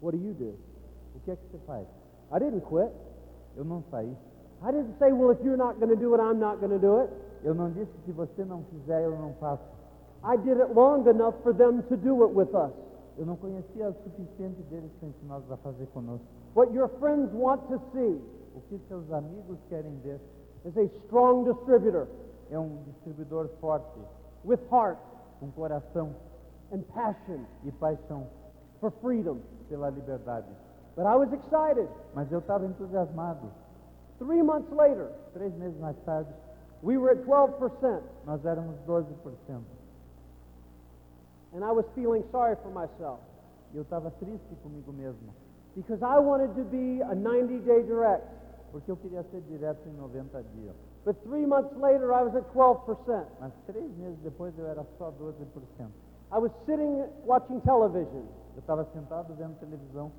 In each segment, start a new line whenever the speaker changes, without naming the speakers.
What do you do?
O que é que você faz? I didn't quit. Eu não saí.
I didn't say, well, if you're not going to do it, I'm not going to do it.
Eu não disse que se você não fizer, eu não faço.
I did it long enough for them to do it with us.
Eu não conhecia o suficiente deles para ensiná-los a fazer conosco.
What your friends want to see
O que seus amigos querem ver
is a strong distributor
é um distribuidor forte,
with heart
com coração
and passion
e paixão
for freedom.
pela liberdade.
But I was excited.
Mas eu estava entusiasmado.
Three months later,
Três meses mais tarde,
we were at 12%,
nós éramos 12%.
and I was feeling sorry for myself
E eu estava triste comigo mesmo,
because I wanted to be a 90 day direct.
porque eu queria ser direto em 90 dias.
But three months later, I was at 12%.
Mas três meses depois eu era só 12%.
I was sitting watching television,
Eu estava sentado vendo televisão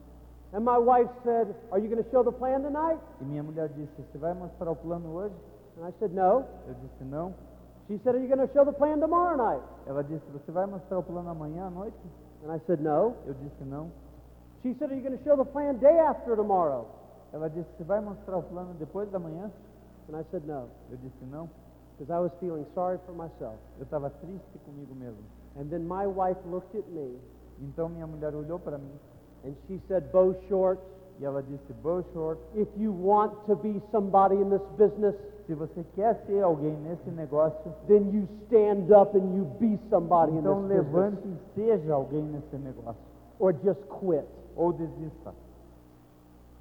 and my wife said, Are you going to show the plan tonight?
e minha mulher disse: Você vai mostrar o plano hoje?
And I said, No.
Eu disse: Não.
She said, Are you going to show the plan tomorrow night?
Ela disse: Você vai mostrar o plano amanhã à noite?
And I said, No.
Eu disse: Não.
She said, Are you going to show the plan day after tomorrow?
Ela disse: Você vai mostrar o plano depois da manhã?
And I said, No,
Eu disse: Não.
because I was feeling sorry for myself.
Eu estava triste comigo mesmo.
And then my wife looked at me
Então minha mulher olhou para mim
and she said, Bo Short,
e ela disse: Bow Short,
if you want to be somebody in this business,
se você quer ser alguém nesse negócio,
then you stand up and you be somebody in
então
this business.
levante e seja alguém nesse negócio.
Or just quit.
Ou desista.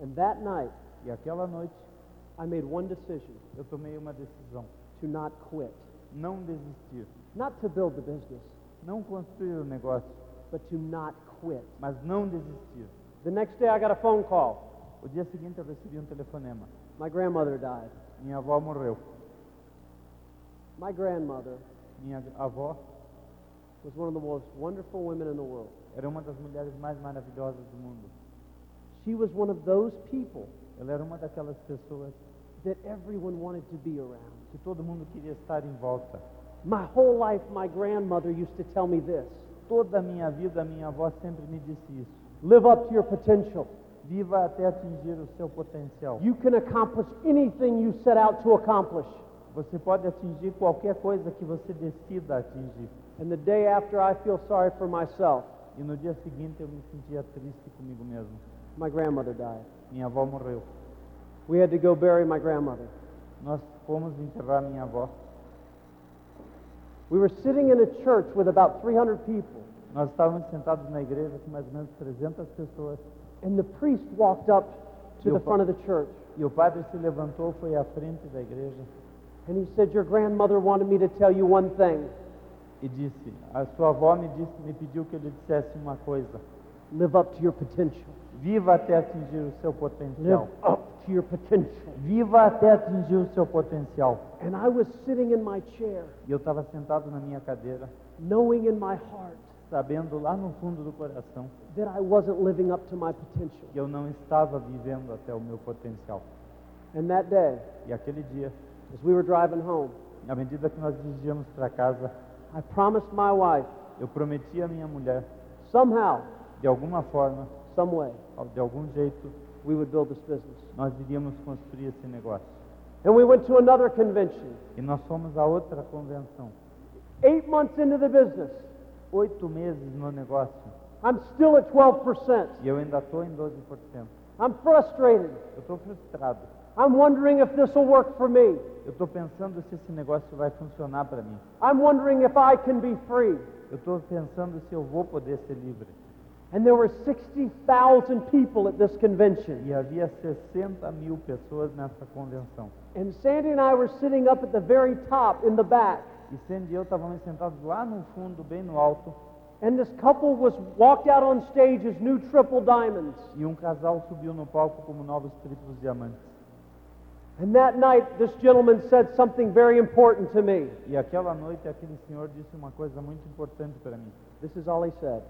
And that night,
E aquela noite
I made one decision
eu tomei uma decisão:
to not quit.
não desistir.
Not to build the business,
Não construir o negócio,
but to not quit.
mas não desistir.
The next day, I got a phone call.
O dia seguinte eu recebi um telefonema.
My grandmother died.
Minha avó morreu.
My grandmother
Minha avó
was one of the most wonderful women in the world.
era uma das mulheres mais maravilhosas do mundo.
She was one of those people
Ela era uma daquelas pessoas
that everyone wanted to be around.
que todo mundo queria estar em volta.
My whole life, my grandmother used to tell me this
Toda a minha vida, minha avó sempre me disse isso.
live up to your potential.
Viva até atingir o seu potencial.
You can accomplish anything you set out to accomplish.
Você pode atingir qualquer coisa que você decida atingir.
And the day after, I feel sorry for myself.
E no dia seguinte eu me sentia triste comigo mesmo.
My grandmother died.
Minha avó morreu.
We had to go bury my grandmother.
Nós fomos enterrar minha avó.
We were sitting in a church with about 300 people,
Nós estávamos sentados na igreja com mais ou menos 300 pessoas.
and the priest walked up to
Your
the
fa-
front of the church,
E o padre se levantou, foi à frente da igreja
and he said, Your grandmother wanted me to tell you one thing
e disse: A sua avó me disse, me pediu que eu lhe dissesse uma coisa.
live up to your potential.
Viva até atingir o seu
Live
potencial.
up to your potential.
Viva até atingir o seu potencial.
And I was sitting in my chair,
E eu estava sentado na minha cadeira,
knowing in my heart
sabendo lá no fundo do coração
that I wasn't living up to my potential.
que eu não estava vivendo até o meu potencial.
And that day,
E aquele dia,
as we were driving home,
à medida que nós dirigíamos para casa,
I promised my wife,
eu prometi à minha mulher,
somehow,
de alguma forma,
some way,
de algum jeito,
we would build this business.
nós iríamos construir esse negócio.
And we went to another convention.
E nós fomos a outra convenção.
Eight months into the business,
Oito meses no negócio
I'm still at 12%.
e eu ainda estou em 12%.
I'm frustrated.
Eu estou frustrado.
I'm wondering if this will work for me.
Eu estou pensando se esse negócio vai funcionar para mim.
I'm wondering if I can be free.
Eu estou pensando se eu vou poder ser livre.
And there were 60,000 people at this convention.
E havia 60 mil pessoas nessa convenção.
And Sandy and I were sitting up at the very top in the back.
E Sandy e eu estávamos sentados lá no fundo, bem no alto,
And this couple was walked out on stage as new triple diamonds.
e um casal subiu no palco como novos triplos diamantes.
And that night, this gentleman said something very important to me.
E aquela noite aquele senhor disse uma coisa muito importante para mim.
This is all he said.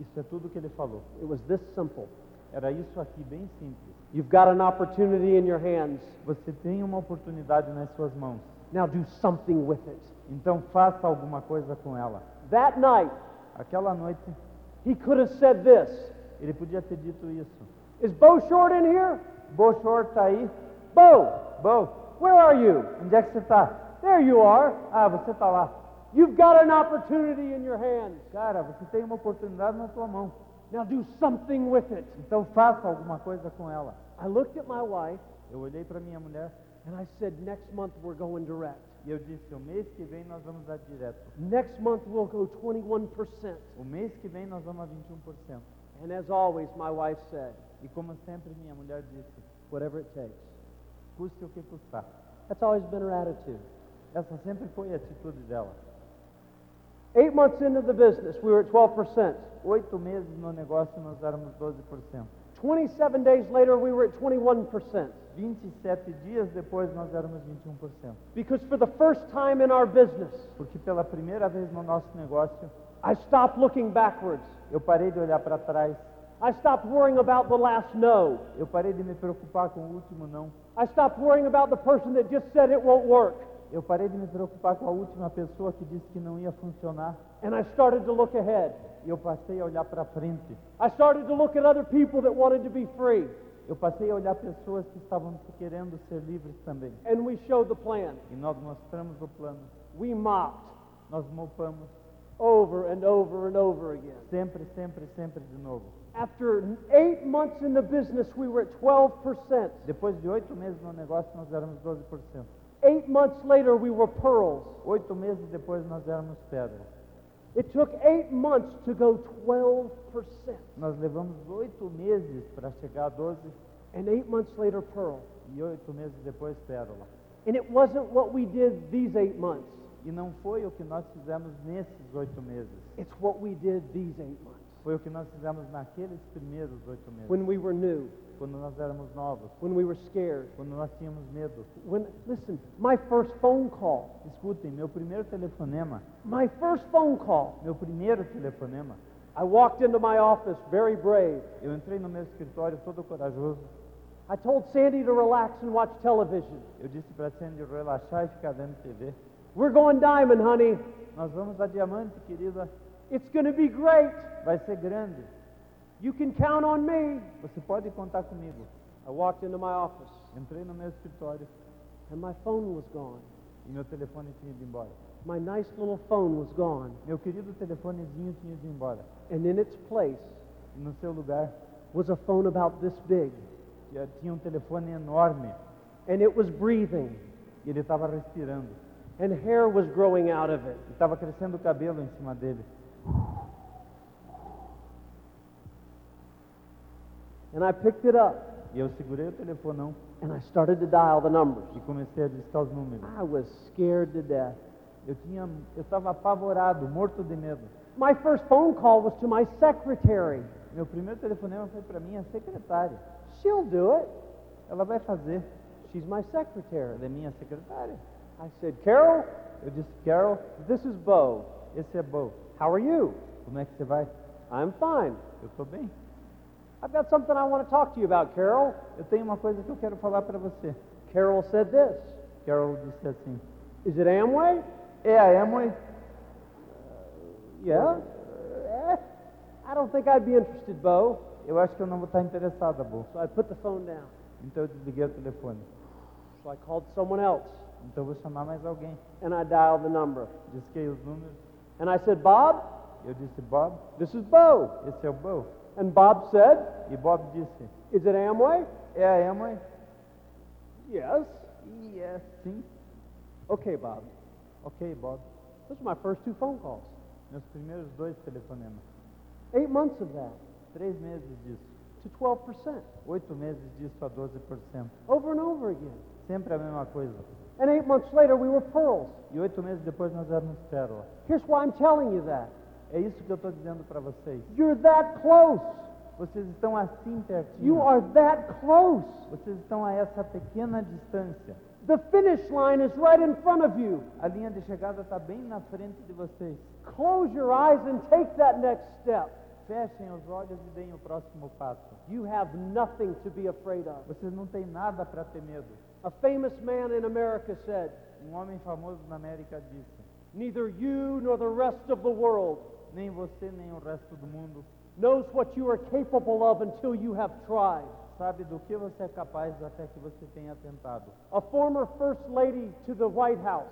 Isso é tudo que ele falou.
It was this simple.
Era isso aqui, bem simples.
You've got an opportunity in your hands.
Você tem uma oportunidade nas suas mãos.
Now do something with it.
Então faça alguma coisa com ela.
That night,
Aquela noite
he could have said this
Ele podia ter dito isso.
Is Bo Short in here?
Bo Short tá aí?
Bo,
Bo,
where are you?
onde é que você tá?
There you are.
Ah, você tá lá.
You've got an opportunity in your hands.
Cara, você tem uma oportunidade na sua mão.
Now do something with it.
Então faça alguma coisa com ela.
I looked at my wife
Eu olhei para minha mulher
and I said, next month we're going direct.
e eu disse: o mês que vem nós vamos dar direto.
Next month we'll go 21%.
O mês que vem nós vamos a 21%.
And as always, my wife said,
E como sempre minha mulher disse,
whatever it takes.
custe o que custar.
That's always been her attitude.
Essa sempre foi a atitude dela.
Eight months into the business, we were at 12%.
Oito meses no negócio nós éramos 12%.
27 days later, we were at 21%.
27 dias depois nós éramos 21%.
Because for the first time in our business,
Porque pela primeira vez no nosso negócio,
I stopped looking backwards.
eu parei de olhar para trás,
I stopped worrying about the last no.
eu parei de me preocupar com o último não,
I stopped worrying about the person that just said it won't work.
eu parei de me preocupar com a última pessoa que disse que não ia funcionar,
And I started to look ahead.
e eu passei a olhar para frente.
I started to look at other people that wanted to be free.
Eu passei a olhar pessoas que estavam querendo ser livres também.
And we showed the plan.
E nós mostramos o plano,
We mocked
nós mopamos
over and over and over again.
sempre, sempre, sempre de novo.
After eight months in the business, we were at 12%.
Depois de oito meses no negócio, nós éramos 12%.
Eight months later, we were pearls.
Oito meses depois, nós éramos pedra.
It took eight months to go 12%.
Nós levamos oito meses para chegar a 12
And eight months later, pearl.
e oito meses depois, pérola.
And it wasn't what we did these eight months,
E não foi o que nós fizemos nesses oito meses.
it's what we did these eight months
Foi o que nós fizemos naqueles primeiros oito meses.
when we were new,
Quando nós éramos novos.
when we were scared.
Quando nós tínhamos medo.
When, listen, my first phone call,
Escutem, meu primeiro telefonema.
my first phone call,
Meu primeiro telefonema.
I walked into my office very brave.
Eu entrei no meu escritório todo corajoso.
I told Sandy to relax and watch television.
Eu disse para Sandy relaxar e ficar vendo TV.
We're going diamond, honey.
Nós vamos a diamante, querida.
It's going to be great.
Vai ser grande.
You can count on me.
Você pode contar comigo.
I walked into my office
Entrei no meu escritório
and my phone was gone.
e meu telefone tinha ido embora.
My nice little phone was gone.
Meu querido telefonezinho tinha ido embora.
And in its place
E no seu lugar
was a phone about this big.
já tinha um telefone enorme.
And it was breathing.
E ele estava respirando.
And hair was growing out of it.
E estava crescendo o cabelo em cima dele.
And I picked it up
E eu segurei o telefonão
and I started to dial the numbers.
e comecei a discar os números.
I was scared to death.
Eu tinha, eu estava apavorado, morto de medo.
My first phone call was to my secretary.
Meu primeiro telefonema foi para minha secretária.
She'll do it.
Ela vai fazer.
She's my secretary.
Ela é minha secretária.
I said, Carol,
Eu disse, Carol,
this is Bo.
esse é Bo.
How are you?
Como é que você vai?
I'm fine.
Eu tô bem.
I've got something I want to talk to you about, Carol.
Eu tenho uma coisa que eu quero falar para você.
Carol said this.
Carol disse assim.
Is it Amway?
É a Emily?
Yeah. Eh, I don't think I'd be interested, Bo.
Eu acho que eu não vou estar interessada, Bo.
So I put the phone down.
Então eu desliguei o telefone.
So I called someone else
Então eu vou chamar mais alguém.
and I dialed the number.
Disquei os números.
And I said, Bob,
Eu disse, Bob,
this is Bo.
esse é o Bo.
And Bob said,
E Bob disse,
Is it Amway?
é a Emily?
Yes.
E é sim.
Okay, Bob.
Ok, Bob.
Those are my first two phone calls.
Meus primeiros dois telefonemas.
Eight months of that
Três meses disso.
to 12%,
Oito meses disso a 12%.
over and over again.
Sempre a mesma coisa.
And eight months later, we were pearls.
E oito meses depois nós éramos pérola.
Here's why I'm telling you that.
É isso que eu estou dizendo para vocês.
You're that close.
Vocês estão assim pertinho.
You are that close.
Vocês estão a essa pequena distância.
The finish line is right in front of you.
A linha de chegada está bem na frente de vocês.
Close your eyes and take that next step.
Fechem os olhos e deem o próximo passo.
You have nothing to be afraid of.
Vocês não têm nada para ter medo.
A famous man in America said,
Um homem famoso na América disse:
Neither you nor the rest of the world
Nem você, nem o resto do mundo
knows what you are capable of until you have tried.
Sabe do que você é capaz até que você tenha tentado.
A former First Lady to the White House,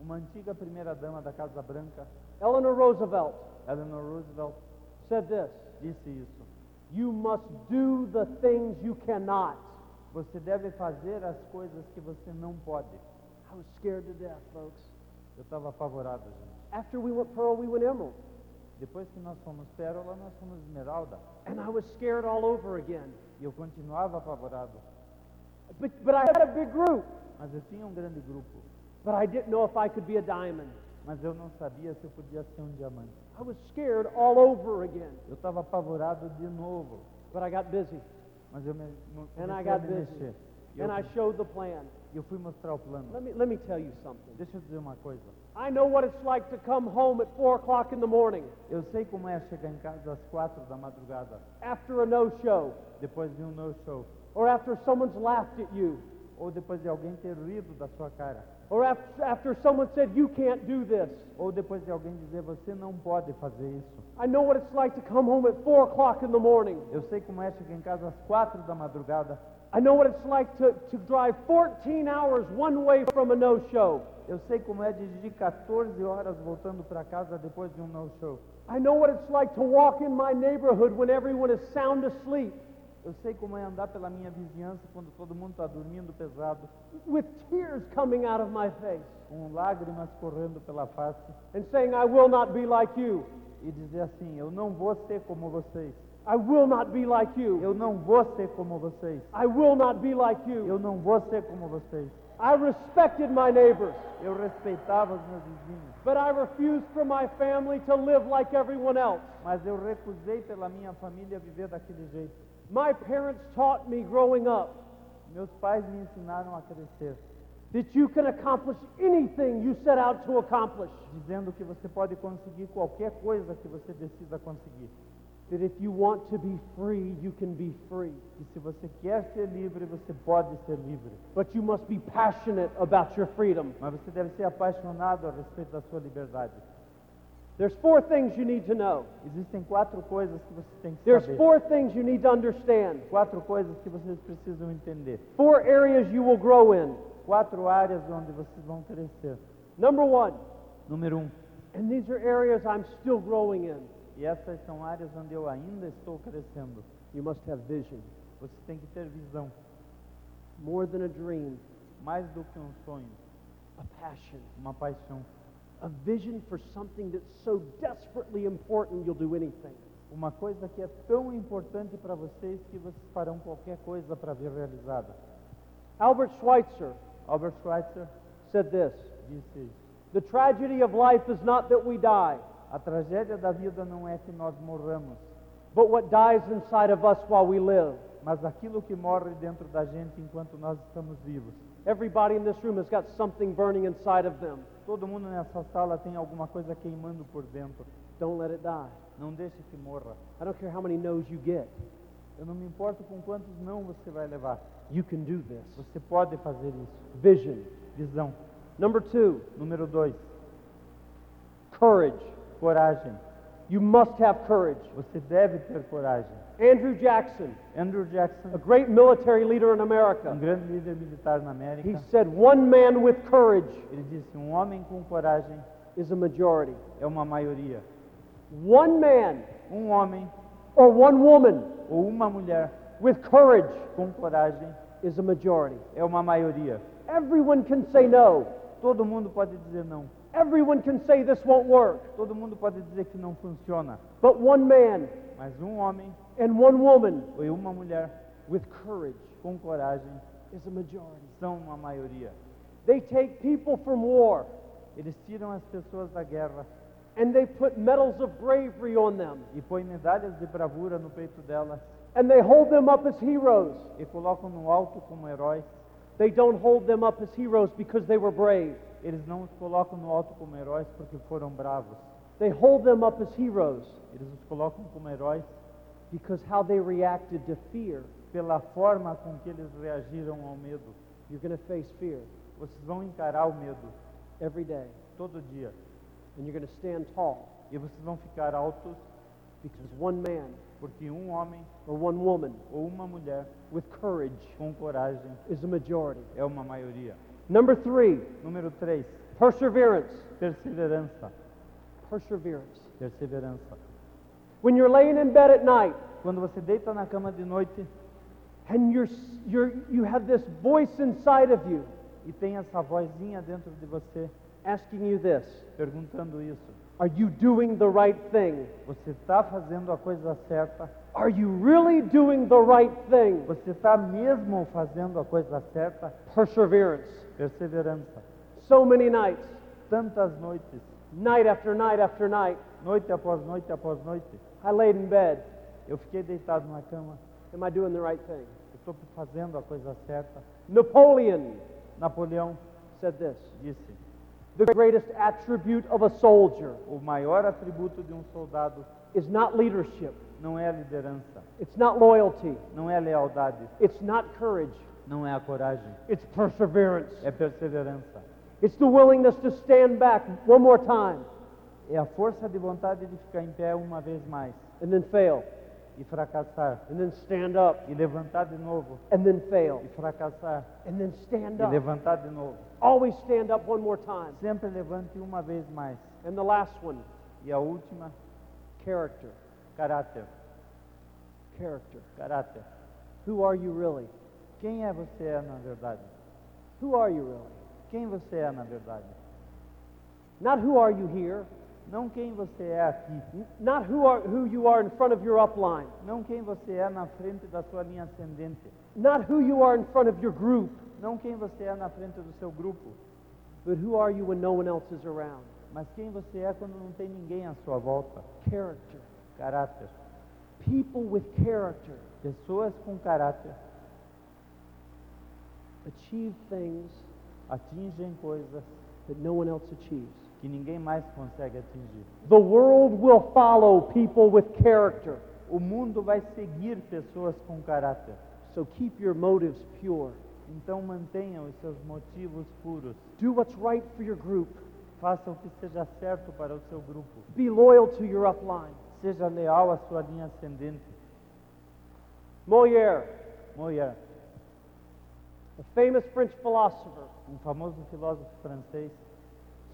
Uma antiga primeira-dama da Casa Branca,
Eleanor Roosevelt,
Eleanor Roosevelt,
said this
disse isso.
You must do the things you cannot.
Você deve fazer as coisas que você não pode.
I was scared to death, folks.
Eu estava apavorado, gente.
After we went Pearl, we went Emerald.
Depois que nós fomos Pérola, nós fomos Esmeralda.
And I was scared all over again.
E eu continuava apavorado.
But, but I had a big group.
Mas eu tinha um grande grupo.
But I didn't know if I could be a diamond.
Mas eu não sabia se eu podia ser um diamante.
I was scared all over again.
Eu estava apavorado de novo.
But I got busy.
Mas eu me, me,
And I
comecei a
got
me
busy.
mexer. E eu,
And I showed the plan.
eu fui mostrar o plano.
Let me, let me tell you something.
Deixa eu dizer uma coisa.
I know what it's like to come home at 4 o'clock in the morning
Eu sei como é chegar em casa às quatro da madrugada,
after a no show
depois de um no-show,
or after someone's laughed at you
ou depois de alguém ter rido da sua cara,
or after, after someone said, You can't do this.
ou depois de alguém dizer você não pode fazer isso.
I know what it's like to come home at 4 o'clock in the morning.
Eu sei como é chegar em casa às quatro da madrugada.
I know what it's like to, to drive 14 hours one way from a no show.
Eu sei como é dirigir 14 horas voltando para casa depois de um no-show.
I know what it's like to walk in my neighborhood when everyone is sound asleep
Eu sei como é andar pela minha vizinhança quando todo mundo está dormindo pesado,
with tears coming out of my face
com lágrimas correndo pela face
and saying, I will not be like you.
e dizer assim: Eu não vou ser como vocês.
I will not be like you.
Eu não vou ser como vocês.
I will not be like you.
Eu não vou ser como vocês.
I respected my neighbors,
Eu respeitava os meus vizinhos,
but I refused for my family to live like everyone else.
mas eu recusei pela minha família viver daquele jeito.
My parents taught me growing up
Meus pais me ensinaram a crescer,
that you can accomplish anything you set out to accomplish.
dizendo que você pode conseguir qualquer coisa que você decida conseguir.
That if you want to be free, you can be free.
E se você quer ser livre, você pode ser livre.
But you must be passionate about your freedom.
Mas você deve ser apaixonado a respeito da sua liberdade.
There's four things you need to know.
Existem quatro coisas que você tem que
There's
saber.
four things you need to understand.
Quatro coisas que vocês precisam entender.
Four areas you will grow in.
Quatro áreas onde vocês vão crescer.
Number one,
Número um.
and these are areas I'm still growing in.
E essas são áreas onde eu ainda estou crescendo.
You must have vision,
Você tem que ter visão,
more than a dream,
mais do que um sonho,
a passion,
uma paixão,
a vision for something that's so desperately important you'll do anything.
uma coisa que é tão importante para vocês que vocês farão qualquer coisa para ver realizada.
Albert Schweitzer
Albert Schweitzer
said this
disse isso.
The tragedy of life is not that we die,
A tragédia da vida não é que nós morramos,
but what dies inside of us while we live.
mas aquilo que morre dentro da gente enquanto nós estamos vivos.
Everybody in this room has got something burning inside of them.
Todo mundo nessa sala tem alguma coisa queimando por dentro.
Don't let it die.
Não deixe que morra.
I don't care how many no's you get.
Eu não me importo com quantos não você vai levar.
You can do this.
Você pode fazer isso.
Vision.
Visão.
Number two,
Número dois.
courage.
Coragem.
You must have courage.
Você deve ter coragem.
Andrew Jackson,
Andrew
a
Jackson,
great military leader in
um
America,
grande líder militar na
he
América,
said, One man with courage
ele disse: um homem com coragem
is a majority.
é uma maioria.
One man
Um homem
or one woman
ou uma mulher
with courage
com coragem
is a majority.
é uma maioria.
Everyone can say no.
Todo mundo pode dizer não.
Everyone can say this won't work.
Todo mundo pode dizer que não funciona.
But one man
Mas um homem
and one woman
ou uma mulher
with courage
com coragem
is a majority.
são uma maioria.
They take people from war
Eles tiram as pessoas da guerra
and they put medals of bravery on them
e põem medalhas de bravura no peito delas
and they hold them up as heroes.
e colocam no alto como heróis.
They don't hold them up as heroes because they were brave.
Eles não os colocam no alto como heróis porque foram bravos.
They hold them up as heroes
Eles os colocam como heróis
because how they reacted to fear.
pela forma com que eles reagiram ao medo.
You're going to face fear
Vocês vão encarar o medo
every day
todo dia
and you're going to stand tall
e vocês vão ficar altos
because one man
Porque um homem
or one woman
ou uma mulher
with courage
com coragem
is the majority.
é uma maioria.
Number three,
Número 3,
perseverance.
perseverança.
Perseverance.
Perseverança.
When you're laying in bed at night
Quando você deita na cama de noite
and you're, you're, you have this voice inside of you
e tem essa vozinha dentro de você
asking you this
perguntando isso,
Are you doing the right thing?
você está fazendo a coisa certa?
Are you really doing the right thing?
Você está mesmo fazendo a coisa certa?
Perseverance.
Perseverança.
So many nights,
Tantas noites,
night after night after night,
noite após noite após noite,
I laid in bed.
eu fiquei deitado na cama.
Am I doing the right thing?
Eu estou fazendo a coisa certa.
Napoleon
Napoleão
said this
disse:
The greatest attribute of a soldier
o maior atributo de um soldado
is not leadership,
não é a liderança,
it's not loyalty,
não é a lealdade,
it's not courage,
não é a coragem,
it's perseverance.
é perseverança.
It's the willingness to stand back one more time
É a força de vontade de ficar em pé uma vez mais
and then fail,
e fracassar,
and then stand up,
e levantar de novo,
and then fail,
e fracassar,
and then stand
e
up.
levantar de novo.
Always stand up one more time.
Sempre levante uma vez mais.
And the last one
E a última,
character.
caráter,
Character.
caráter.
Who are you really?
Quem é você é na verdade?
Who are you really?
Quem você é na verdade?
Not who are you here,
Não quem você é aqui,
n- not who, are, who you are in front of your upline,
não quem você é na frente da sua linha ascendente,
not who you are in front of your group,
não quem você é na frente do seu grupo,
but who are you when no one else is around.
mas quem você é quando não tem ninguém à sua volta.
Character.
Caráter.
People with character
Pessoas com caráter
achieve things
atingem coisas
that no one else achieves.
que ninguém mais consegue atingir.
The world will follow people with character.
O mundo vai seguir pessoas com caráter.
So keep your motives pure.
Então mantenha os seus motivos puros.
Do what's right for your group.
Faça o que seja certo para o seu grupo.
Be loyal to your upline.
Seja leal à sua linha ascendente.
Moliere,
Moyer,
a famous French philosopher,
um famoso filósofo francês,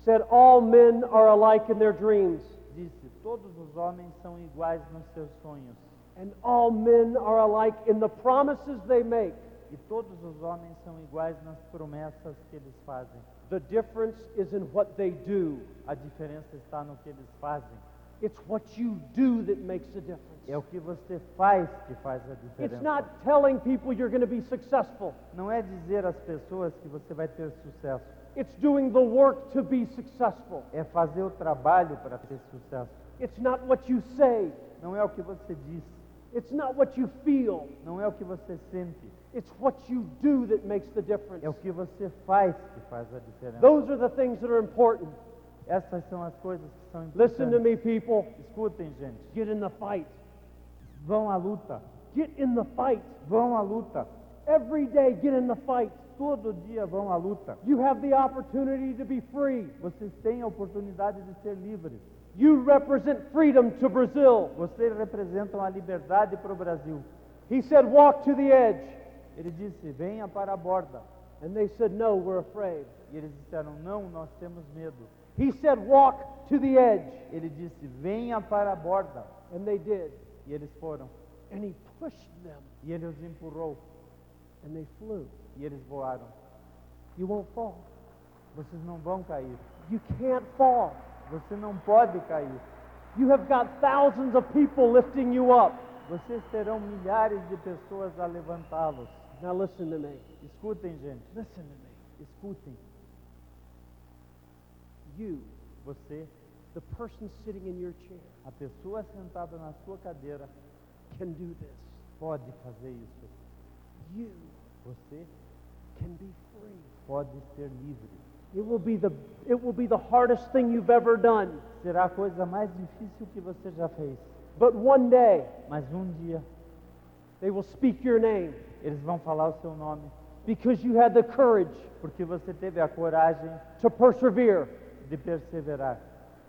said all men are alike in their dreams
disse: Todos os homens são iguais nos seus sonhos,
and all men are alike in the promises they make
e todos os homens são iguais nas promessas que eles fazem.
the difference is in what they do
A diferença está no que eles fazem.
it's what you do that makes a difference
É o que você faz que faz a
it's
diferença.
not telling people you're going to be successful
Não é dizer às pessoas que você vai ter sucesso,
it's doing the work to be successful
é fazer o trabalho para ter sucesso.
it's not what you say
Não é o que você diz,
it's not what you feel
não é o que você sente,
it's what you do that makes the difference
é o que você faz que faz a diferença.
those are the things that are important
Essas são as coisas que são importantes.
listen to me people
Escutem, gente.
get in the fight
Vão à luta.
get in the fight
Vão à luta.
Every day, get in the fight.
Todo dia vão à luta.
You have the opportunity to be free.
Vocês têm a oportunidade de ser livres.
You represent freedom to Brazil.
Vocês representam a liberdade para o Brasil.
He said, Walk to the edge.
Ele disse: venha para a borda.
And they said, No, we're afraid.
E eles disseram: não, nós temos medo.
He said, Walk to the edge.
Ele disse: venha para a borda.
And they did.
E eles foram.
And he pushed them,
E ele os empurrou.
and they flew.
E eles voaram.
You won't fall.
Vocês não vão cair.
You can't fall.
Você não pode cair.
You have got thousands of people lifting you up.
Vocês terão milhares de pessoas a levantá-los.
Now, listen to me.
Escutem, gente.
Listen to me.
Escutem.
You,
Você,
the person sitting in your chair,
a pessoa sentada na sua cadeira,
can do this.
pode fazer isso.
You
Você
can be free.
pode ser livre.
It will be the it will be the hardest thing you've ever done.
Será a coisa mais difícil que você já fez.
But one day
Mas um dia
they will speak your name
eles vão falar o seu nome,
because you had the courage
porque você teve a coragem
to persevere.
de perseverar.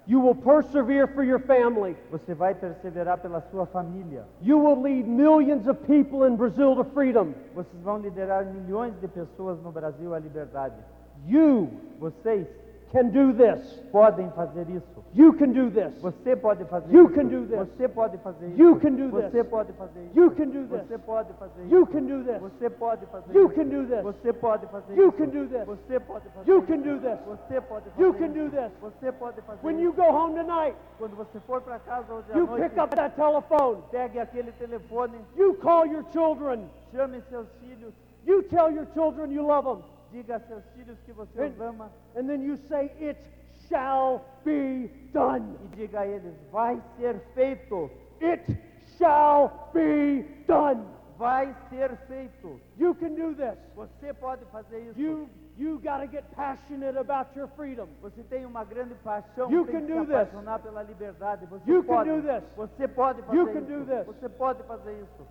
You will persevere for your family.
Você vai perseverar pela sua família.
You will lead millions of people in Brazil to freedom.
Vocês vão liderar milhões de pessoas no Brasil à liberdade.
You
Vocês
can do this.
podem fazer isso.
You can do this.
Você pode fazer
You
isso.
can do this.
Você pode fazer isso.
You can do
Você
this.
pode fazer isso.
You can do this.
Você pode fazer isso.
You can do this.
Você pode fazer
You
isso.
can do this.
Você pode fazer
You
isso.
can do this.
Você pode fazer
You
isso.
can do this.
Você pode fazer
You
isso.
can do this.
Você pode fazer
When
isso.
you go home tonight,
Quando você for para casa hoje à
you
noite,
pick up that telephone.
pegue aquele telefone,
You call your children.
chame seus filhos,
You tell your children you love them.
diga a seus filhos que você
Hey.
os ama
And then you say, It shall be done.
e diga a eles, vai ser feito,
It shall be done.
vai ser feito.
You can do this.
Você pode fazer isso.
You you got to get passionate about your freedom.
Você tem uma grande paixão,
You
tem
can
que
do
se
this.
apaixonar pela liberdade. Você
You can
pode,
do this.
você pode fazer
You can
isso.
do this.
Você pode fazer isso.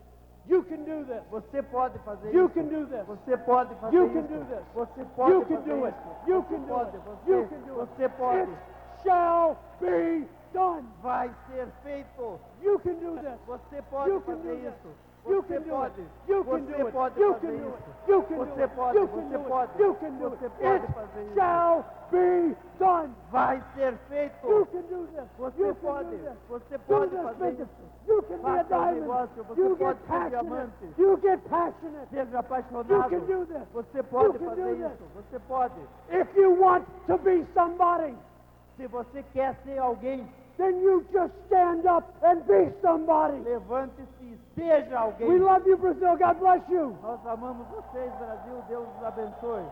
You can do this.
Você pode fazer
You
isso.
can do this.
Você pode fazer
You
isso.
can do this.
Você pode
You can
fazer
do it.
isso.
You
Você
can do
pode.
it.
Você,
You can do it.
você pode.
It shall be done.
Vai ser feito.
You can do this.
Você pode
You can
fazer
do this.
isso.
You
Você
can do it.
pode.
You
você
can do it.
pode
You
fazer
can do
isso.
it. You can do
você
it.
pode.
You can
você
do it.
pode.
You can do it.
Você
It
pode fazer isso.
shall be done.
Vai ser feito.
You can do this.
Você
You can
pode,
do this.
você
Do
pode
this
fazer
business.
isso.
You can be a
Faça um
diamond.
negócio, você
You
pode
get
ser um
passionate.
diamante.
You get passionate.
Seja apaixonado.
You can do this.
Você pode
You can
fazer
do this.
isso. Você pode.
If you want to be somebody,
Se você quer ser alguém,
then you just stand up and be somebody.
levante-se e seja alguém.
We love you, Brazil. God bless you.
Nós amamos vocês, Brasil. Deus os abençoe.